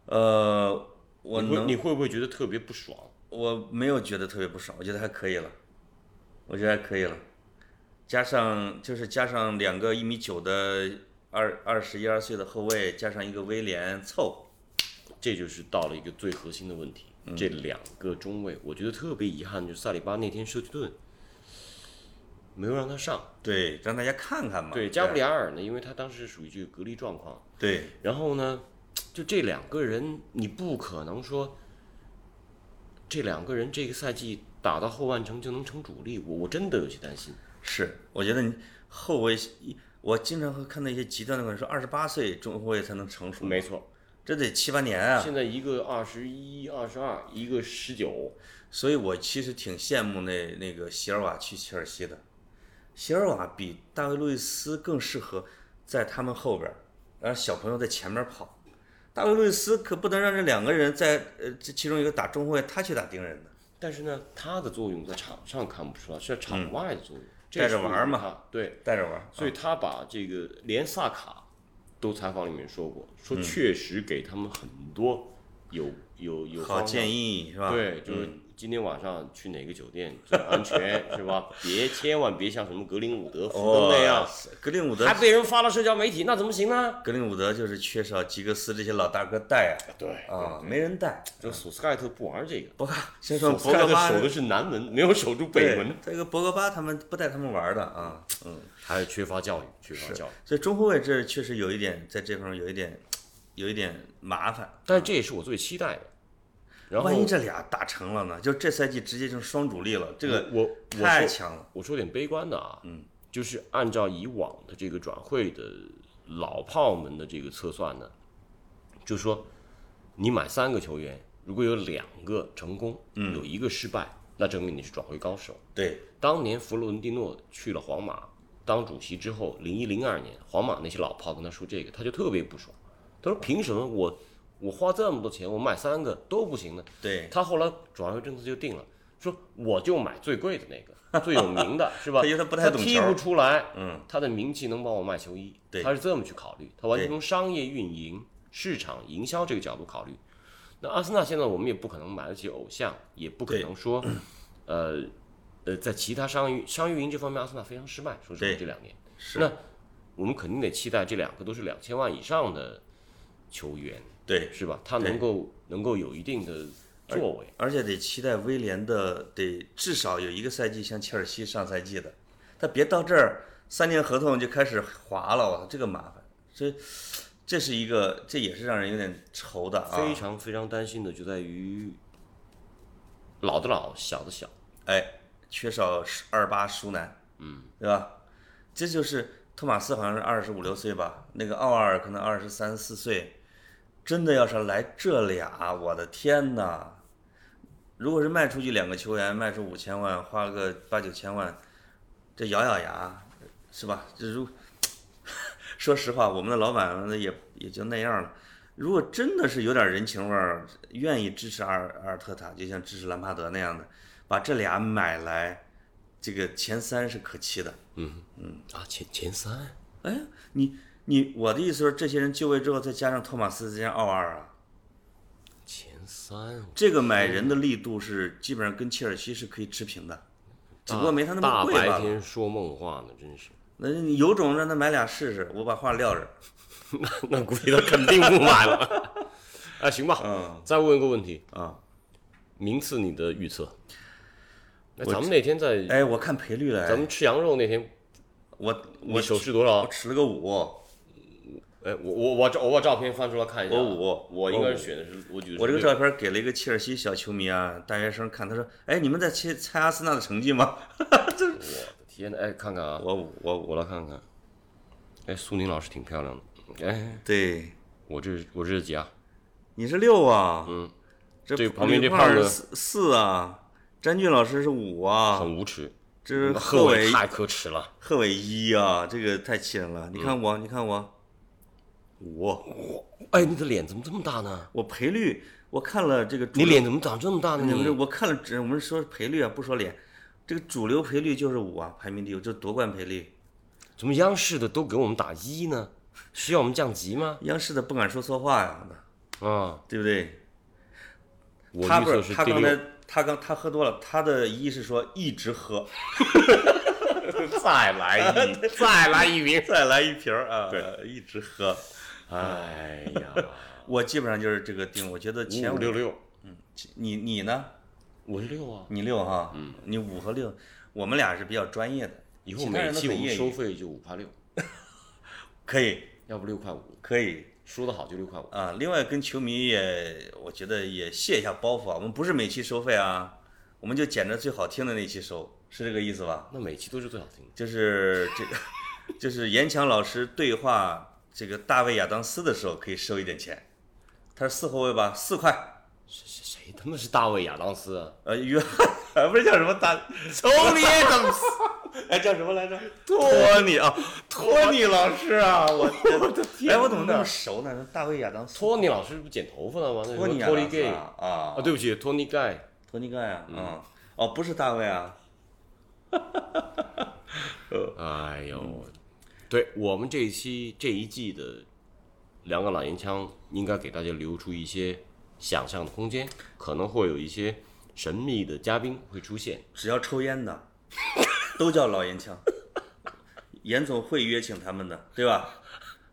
Speaker 5: 呃，我
Speaker 4: 你会
Speaker 5: 能
Speaker 4: 你会不会觉得特别不爽？
Speaker 5: 我没有觉得特别不爽，我觉得还可以了，我觉得还可以了。加上就是加上两个一米九的二二十一二岁的后卫，加上一个威廉凑合。
Speaker 4: 这就是到了一个最核心的问题。
Speaker 5: 嗯
Speaker 4: 这两个中卫，我觉得特别遗憾，就是萨里巴那天射球盾没有让他上。
Speaker 5: 对，让大家看看嘛。
Speaker 4: 对，加布里埃尔呢，因为他当时属于这个隔离状况，
Speaker 5: 对
Speaker 4: 然后呢，就这两个人，你不可能说这两个人这个赛季打到后半程就能成主力，我我真的有些担心。
Speaker 5: 是，我觉得你后卫，我经常会看到一些极端的可能说，二十八岁中后卫才能成熟，
Speaker 4: 没错，
Speaker 5: 这得七八年啊。
Speaker 4: 现在一个二十一、二十二，一个十九，
Speaker 5: 所以我其实挺羡慕那那个席尔瓦去切尔西的，席尔瓦比大卫·路易斯更适合在他们后边儿，让小朋友在前面跑。大卫·路易斯可不能让这两个人在呃这其中一个打中后卫，他去打盯人的。
Speaker 4: 但是呢，他的作用在场上看不出来，是在场外的作用，这
Speaker 5: 带着
Speaker 4: 是
Speaker 5: 玩儿嘛
Speaker 4: 他。对，
Speaker 5: 带着玩儿，
Speaker 4: 所以他把这个连萨卡都采访里面说过，说确实给他们很多有、有有
Speaker 5: 好建
Speaker 4: 议，啊嗯
Speaker 5: 议是吧？嗯
Speaker 4: 对，就是今天晚上去哪个酒店 最安全是吧？别千万别像什么格林伍德、福登那样
Speaker 5: 哇，塞格林伍德
Speaker 4: 还，被人发到社交媒体，那怎么行呢？
Speaker 5: 格林伍德就是缺少吉格斯这些老大哥带
Speaker 4: 对
Speaker 5: 啊，啊，没人带。
Speaker 4: 这索斯盖特不玩这个，
Speaker 5: 博格先说
Speaker 4: 索斯
Speaker 5: 博
Speaker 4: 盖
Speaker 5: 格
Speaker 4: 特
Speaker 5: 巴
Speaker 4: 守的是南门，没有守住北门
Speaker 5: 对，这个博格巴他们不带他们玩儿的啊，嗯。
Speaker 4: 还是缺乏教育，缺乏教育。
Speaker 5: 所以中后卫这确实有一点，在这方面有一点，有一点麻烦。
Speaker 4: 但是这也是我最期待的。然后
Speaker 5: 万一这俩打成了呢？就这赛季直接就是双主力了，这个
Speaker 4: 我我说
Speaker 5: 太强了。
Speaker 4: 我说点悲观的啊，嗯，就是按照以往的这个转会的老炮们的这个测算呢，就说你买三个球员，如果有两个成功，嗯，有一个失败，那证明你是转会高手。
Speaker 5: 对，
Speaker 4: 当年弗洛伦蒂诺去了皇马当主席之后，零一零二年，皇马那些老炮跟他说这个，他就特别不爽，他说凭什么我我花这么多钱，我买三个都不行呢？
Speaker 5: 对
Speaker 4: 他后来转会政策就定了，说我就买最贵的那 个，最有名的是吧？
Speaker 5: 他因为他不太懂
Speaker 4: 踢
Speaker 5: 球
Speaker 4: 不出来，
Speaker 5: 嗯，
Speaker 4: 他的名气能帮我卖球衣，
Speaker 5: 对
Speaker 4: 他是这么去考虑，他完全
Speaker 5: 对
Speaker 4: 从商业运营、市场营销这个角度考虑。那阿森纳现在我们也不可能买得起偶像，也不可
Speaker 5: 对
Speaker 4: 能说，呃呃，在其他商业商业运营这方面，阿森纳非常失败。说实话，
Speaker 5: 对
Speaker 4: 这两年，
Speaker 5: 是
Speaker 4: 那我们肯定得期待这两个都是两千万以上的球员，
Speaker 5: 对，
Speaker 4: 是吧？他能够能够有一定的作为。
Speaker 5: 而且得期待威廉的，得至少有一个赛季像切尔西上赛季的，他别到这儿三年合同就开始划了，我操，这个麻烦。这这是一个，这也是让人有点愁的啊。
Speaker 4: 非常非常担心的就在于老的老，小的小。
Speaker 5: 哎，缺少十二八熟男，嗯，对吧？这就是托马斯好像是二十五六岁吧，那个奥尔可能二十三四岁，真的要是来这俩，我的天呐！如果是卖出去两个球员，卖出五千万，花个八九千万，这咬咬牙，是吧？这如 说实话，我们的老板也也就那样了。如果真的是有点人情味儿，愿意支持阿尔阿尔特塔，就像支持兰帕德那样的，把这俩买来，这个前三是可期的。
Speaker 4: 嗯嗯啊，前前三
Speaker 5: 哎，你你我的意思是，这些人就位之后，再加上托马斯，再加上奥尔啊，
Speaker 4: 前三，
Speaker 5: 这个买人的力度是基本上跟切尔西是可以持平的，只不过没他那
Speaker 4: 啊大
Speaker 5: 么贵罢
Speaker 4: 白
Speaker 5: 了。
Speaker 4: 天说梦话呢，真是。
Speaker 5: 那你有种让他买俩试试，我把话撂这儿。
Speaker 4: 那那估计他肯定不买了。 哎，行吧，
Speaker 5: 嗯
Speaker 4: 再问一个问题，
Speaker 5: 啊，
Speaker 4: 名次你的预测？那咱们那天在、
Speaker 5: 哎，我看赔率了，
Speaker 4: 咱
Speaker 5: 哎
Speaker 4: 们吃羊肉那天，
Speaker 5: 我
Speaker 4: 你
Speaker 5: 我
Speaker 4: 手
Speaker 5: 吃
Speaker 4: 势多
Speaker 5: 我
Speaker 4: 少？
Speaker 5: 吃了个五，
Speaker 4: 哎，我我我照我把照片翻出来看一下啊。
Speaker 5: 我哦五
Speaker 4: 我应该是
Speaker 5: 我五
Speaker 4: 选的是，我举的是
Speaker 5: 我这个
Speaker 4: 六
Speaker 5: 照片给了一个切尔西小球迷啊，大学生看，他说：“哎，你们在猜猜阿森纳的成绩吗
Speaker 4: 我的天呐，哎，看看？”啊，
Speaker 5: 我五我
Speaker 4: 我
Speaker 5: 我
Speaker 4: 来看看。哎，苏宁老师挺漂亮的。哎，
Speaker 5: 对，
Speaker 4: 我这我这是几啊？
Speaker 5: 你是六啊，
Speaker 4: 嗯，
Speaker 5: 这
Speaker 4: 这旁边这
Speaker 5: 吕
Speaker 4: 胖
Speaker 5: 是
Speaker 4: 子
Speaker 5: 四四啊，詹俊老师是五啊，
Speaker 4: 很无耻。
Speaker 5: 这是
Speaker 4: 贺
Speaker 5: 贺
Speaker 4: 炜
Speaker 5: 炜
Speaker 4: 太可耻了。
Speaker 5: 贺炜一啊，这个太气人了！你看
Speaker 4: 嗯
Speaker 5: 我，你看我，五，
Speaker 4: 哎，你的脸怎么这么大呢？
Speaker 5: 我赔率，我看了这个主
Speaker 4: 你
Speaker 5: 流
Speaker 4: 脸嗯怎么长这么大呢？
Speaker 5: 你们这
Speaker 4: 你
Speaker 5: 我看了只我们说赔率啊，不说脸，这个主流赔率就是五啊，排名第五，就是夺冠赔率。
Speaker 4: 怎么央视的都给我们打一呢？需要我们降级吗？
Speaker 5: 央视的不敢说错话呀，
Speaker 4: 啊，
Speaker 5: 对不对？
Speaker 4: 我
Speaker 5: 他
Speaker 4: 预
Speaker 5: 不
Speaker 4: 测
Speaker 5: 是
Speaker 4: 是
Speaker 5: 他
Speaker 4: 第
Speaker 5: 刚
Speaker 4: 六
Speaker 5: 才。他刚他喝多了，他的一是说一直喝，
Speaker 4: 再来一，再来一瓶。
Speaker 5: 再来一瓶儿啊，对，一直喝。
Speaker 4: 哎呀，
Speaker 5: 我基本上就是这个定，我觉得 前
Speaker 4: 五五六，六，
Speaker 5: 你你呢？
Speaker 4: 我是六啊。
Speaker 5: 你六哈，嗯，你五和六，我们俩是比较专业的，
Speaker 4: 以后
Speaker 5: 其他人
Speaker 4: 每
Speaker 5: 都
Speaker 4: 期我
Speaker 5: 很
Speaker 4: 们
Speaker 5: 业余
Speaker 4: 收费就五块六，
Speaker 5: 可以
Speaker 4: 要不六块五，
Speaker 5: 可以
Speaker 4: 说的好就六块五。
Speaker 5: 啊。另外跟球迷也，我觉得也卸一下包袱啊，我们不是每期收费啊，我们就捡着最好听的那期收，是这个意思吧？
Speaker 4: 那每期都是最好听的。
Speaker 5: 就是这个， 就是严强老师对话这个大卫亚当斯的时候可以收一点钱，他是四后卫吧，四块，
Speaker 4: 谁谁他妈是大卫亚当斯啊？
Speaker 5: 呃，约翰不是叫什么大，
Speaker 4: 丛林怎斯，
Speaker 5: 哎叫什么来着？托尼啊，托尼老师啊，我 我的天，哎，我怎么那么熟呢？大卫亚当斯，
Speaker 4: 托尼老师不剪头发了吗？那
Speaker 5: 托尼亚
Speaker 4: 托尼
Speaker 5: 当斯
Speaker 4: gay
Speaker 5: 啊
Speaker 4: 啊，
Speaker 5: 啊，
Speaker 4: 对不起，托尼 gay。
Speaker 5: 托尼盖啊，啊，哦，不是大卫啊，
Speaker 4: 哎呦，对我们这一期这一季的两个老烟枪，应该给大家留出一些想象的空间，可能会有一些神秘的嘉宾会出现。
Speaker 5: 只要抽烟的都叫老烟枪，严总会约请他们的，对吧？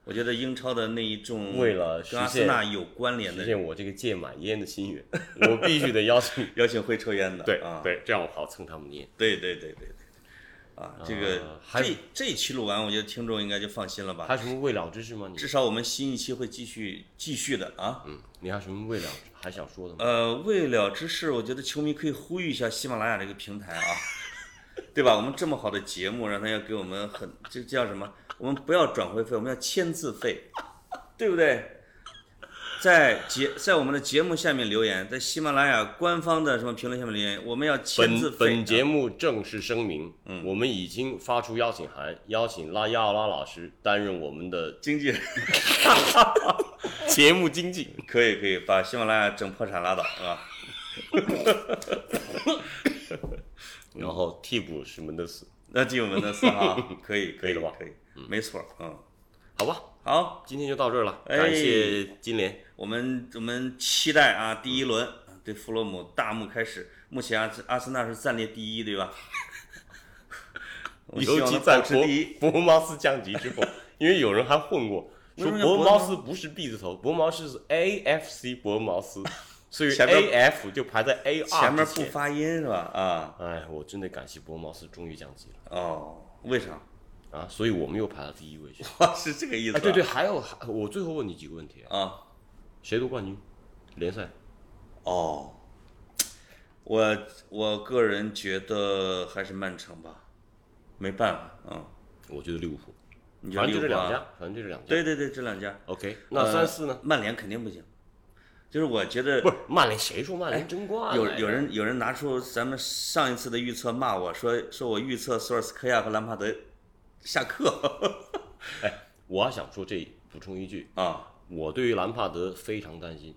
Speaker 5: 我觉得英超的那一众
Speaker 4: 为了实
Speaker 5: 跟阿
Speaker 4: 现
Speaker 5: 森纳有关联
Speaker 4: 实
Speaker 5: 的，
Speaker 4: 现我这个戒满烟的心 愿，我必须得邀请。
Speaker 5: 邀请会抽烟的，
Speaker 4: 对
Speaker 5: 啊，
Speaker 4: 对，这样我好蹭他们的烟。
Speaker 5: 对对对对对，啊，这个
Speaker 4: 呃还有
Speaker 5: 这这一期录完，我觉得听众应该就放心了
Speaker 4: 还
Speaker 5: 吧？
Speaker 4: 有什么未了之事吗？你
Speaker 5: 至少我们新一期会继续继续的啊。
Speaker 4: 嗯，你还有什么未了还想说的吗？
Speaker 5: 呃，未了之事，我觉得球迷可以呼吁一下喜马拉雅这个平 台啊，对吧？我们这么好的节目，让他要给我们很这叫什么？我们不要转会费，我们要签字费，对不对？在节在我们的节目下面留言，在喜马拉雅官方的什么评论下面留言，我们要签字
Speaker 4: 本
Speaker 5: 费。啊嗯
Speaker 4: 本节目正式声明，我们已经发出邀请函，邀请拉亚奥拉老师担任我们的
Speaker 5: 经纪人
Speaker 4: 节目经济。
Speaker 5: 可以可以把喜马拉雅整破产拉倒 啊！
Speaker 4: 然后替补是门德斯，
Speaker 5: 那进我们的四 号，可以
Speaker 4: 可以了吧
Speaker 5: 可以，没错，嗯，
Speaker 4: 好吧，
Speaker 5: 好，
Speaker 4: 今天就到这儿了，
Speaker 5: 哎
Speaker 4: 感谢金莲，
Speaker 5: 我们我们期待啊，第一轮对弗洛姆大幕开始。目前阿阿森纳是暂列第一，对 吧？我希
Speaker 4: 尤
Speaker 5: 望
Speaker 4: 其
Speaker 5: 能
Speaker 4: 在
Speaker 5: 保持
Speaker 4: 博
Speaker 5: 第一。
Speaker 4: 博恩茅斯降级 之后，因为有人还混过，
Speaker 5: 为
Speaker 4: 说
Speaker 5: 什么叫
Speaker 4: 博恩
Speaker 5: 博
Speaker 4: 茅
Speaker 5: 恩茅
Speaker 4: 斯不是 B 字头，博恩茅斯是 AFC 博恩茅 斯，所以
Speaker 5: 前面
Speaker 4: AF 就排在 A 二
Speaker 5: 前面不发音是吧？啊，
Speaker 4: 哎，我真的感谢博恩茅斯终于降级了
Speaker 5: 哦，为啥？
Speaker 4: 啊，所以我们又排到第一位去。
Speaker 5: 是这个意思、
Speaker 4: 哎，对对，，还有还我最后问你几个问题啊，
Speaker 5: 啊，
Speaker 4: 谁夺冠军？联赛？
Speaker 5: 哦，我我个人觉得还是曼城吧，没办法，嗯，
Speaker 4: 我觉得利物浦，
Speaker 5: 你觉
Speaker 4: 反
Speaker 5: 得
Speaker 4: 正就这
Speaker 5: 利物浦啊
Speaker 4: 两家？，反正就这两家。
Speaker 5: 对对对，这两家。
Speaker 4: OK，那
Speaker 5: 呃
Speaker 4: 三四呢？
Speaker 5: 曼联肯定不行，就是我觉得
Speaker 4: 不是曼联，谁说曼联争冠来
Speaker 5: 有
Speaker 4: 着？
Speaker 5: 有人有人拿出咱们上一次的预测骂我说说我预测索尔斯克亚和兰帕德下课
Speaker 4: 我还想说这补充一句，
Speaker 5: 啊，
Speaker 4: 我对于兰帕德非常担心，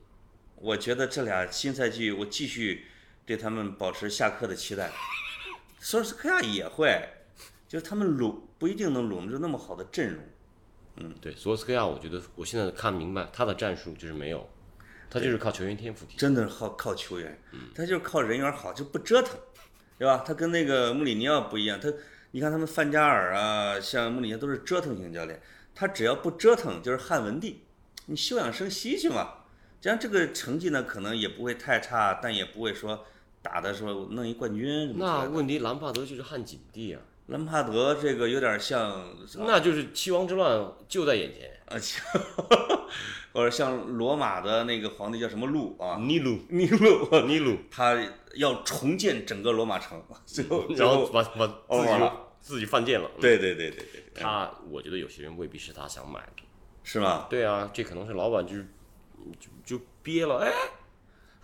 Speaker 5: 我觉得这俩新赛季我继续对他们保持下课的期待。索尔斯克亚也会，就是他们拢不一定能拢住那么好的阵容，
Speaker 4: 对索尔斯克亚，我觉得我现在看明白他的战术就是没有，他就是靠球员天赋踢。
Speaker 5: 真的是靠靠球员，他就是靠人缘好，就不折腾，对吧？他跟那个穆里尼奥不一样，他你看他们范加尔啊，像穆里尼奥都是折腾型教练，他只要不折腾就是汉文帝，你休养生息去嘛。这样这个成绩呢，可能也不会太差，但也不会说打的说弄一冠军什么之类
Speaker 4: 那
Speaker 5: 的。
Speaker 4: 问题兰帕德就是汉景帝啊，
Speaker 5: 兰帕德这个有点像，
Speaker 4: 那就是七王之乱就在眼前。
Speaker 5: 啊，像 或者像罗马的那个皇帝叫什么路啊？
Speaker 4: 尼禄，
Speaker 5: 尼禄，
Speaker 4: 尼禄，
Speaker 5: 他要重建整个罗 马城，最后最
Speaker 4: 然后
Speaker 5: 后，
Speaker 4: 把把自
Speaker 5: over
Speaker 4: 己
Speaker 5: 了
Speaker 4: 自己犯贱了。嗯
Speaker 5: 对对对对对，
Speaker 4: 他，我觉得有些人未必是他想买的。
Speaker 5: 是吗？
Speaker 4: 对啊，这可能是老板就是就就憋了，哎，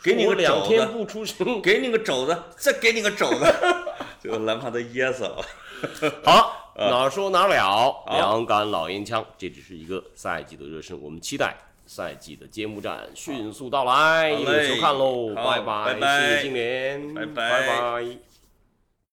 Speaker 5: 给你
Speaker 4: 说我
Speaker 5: 个
Speaker 4: 两
Speaker 5: 肘
Speaker 4: 天
Speaker 5: 子
Speaker 4: 不出声。
Speaker 5: 给你个肘子，再给你个肘子， 最后兰帕德噎死了。
Speaker 4: 好，哪儿说哪儿了，两杆老烟枪，这只是一个赛季的热身，我们期待。赛季的揭幕战迅速到来，
Speaker 5: 好
Speaker 4: 一路
Speaker 5: 嘞
Speaker 4: 收看喽，
Speaker 5: 好
Speaker 4: 拜
Speaker 5: 拜拜
Speaker 4: 谢谢金莲，
Speaker 5: 拜拜
Speaker 4: 拜拜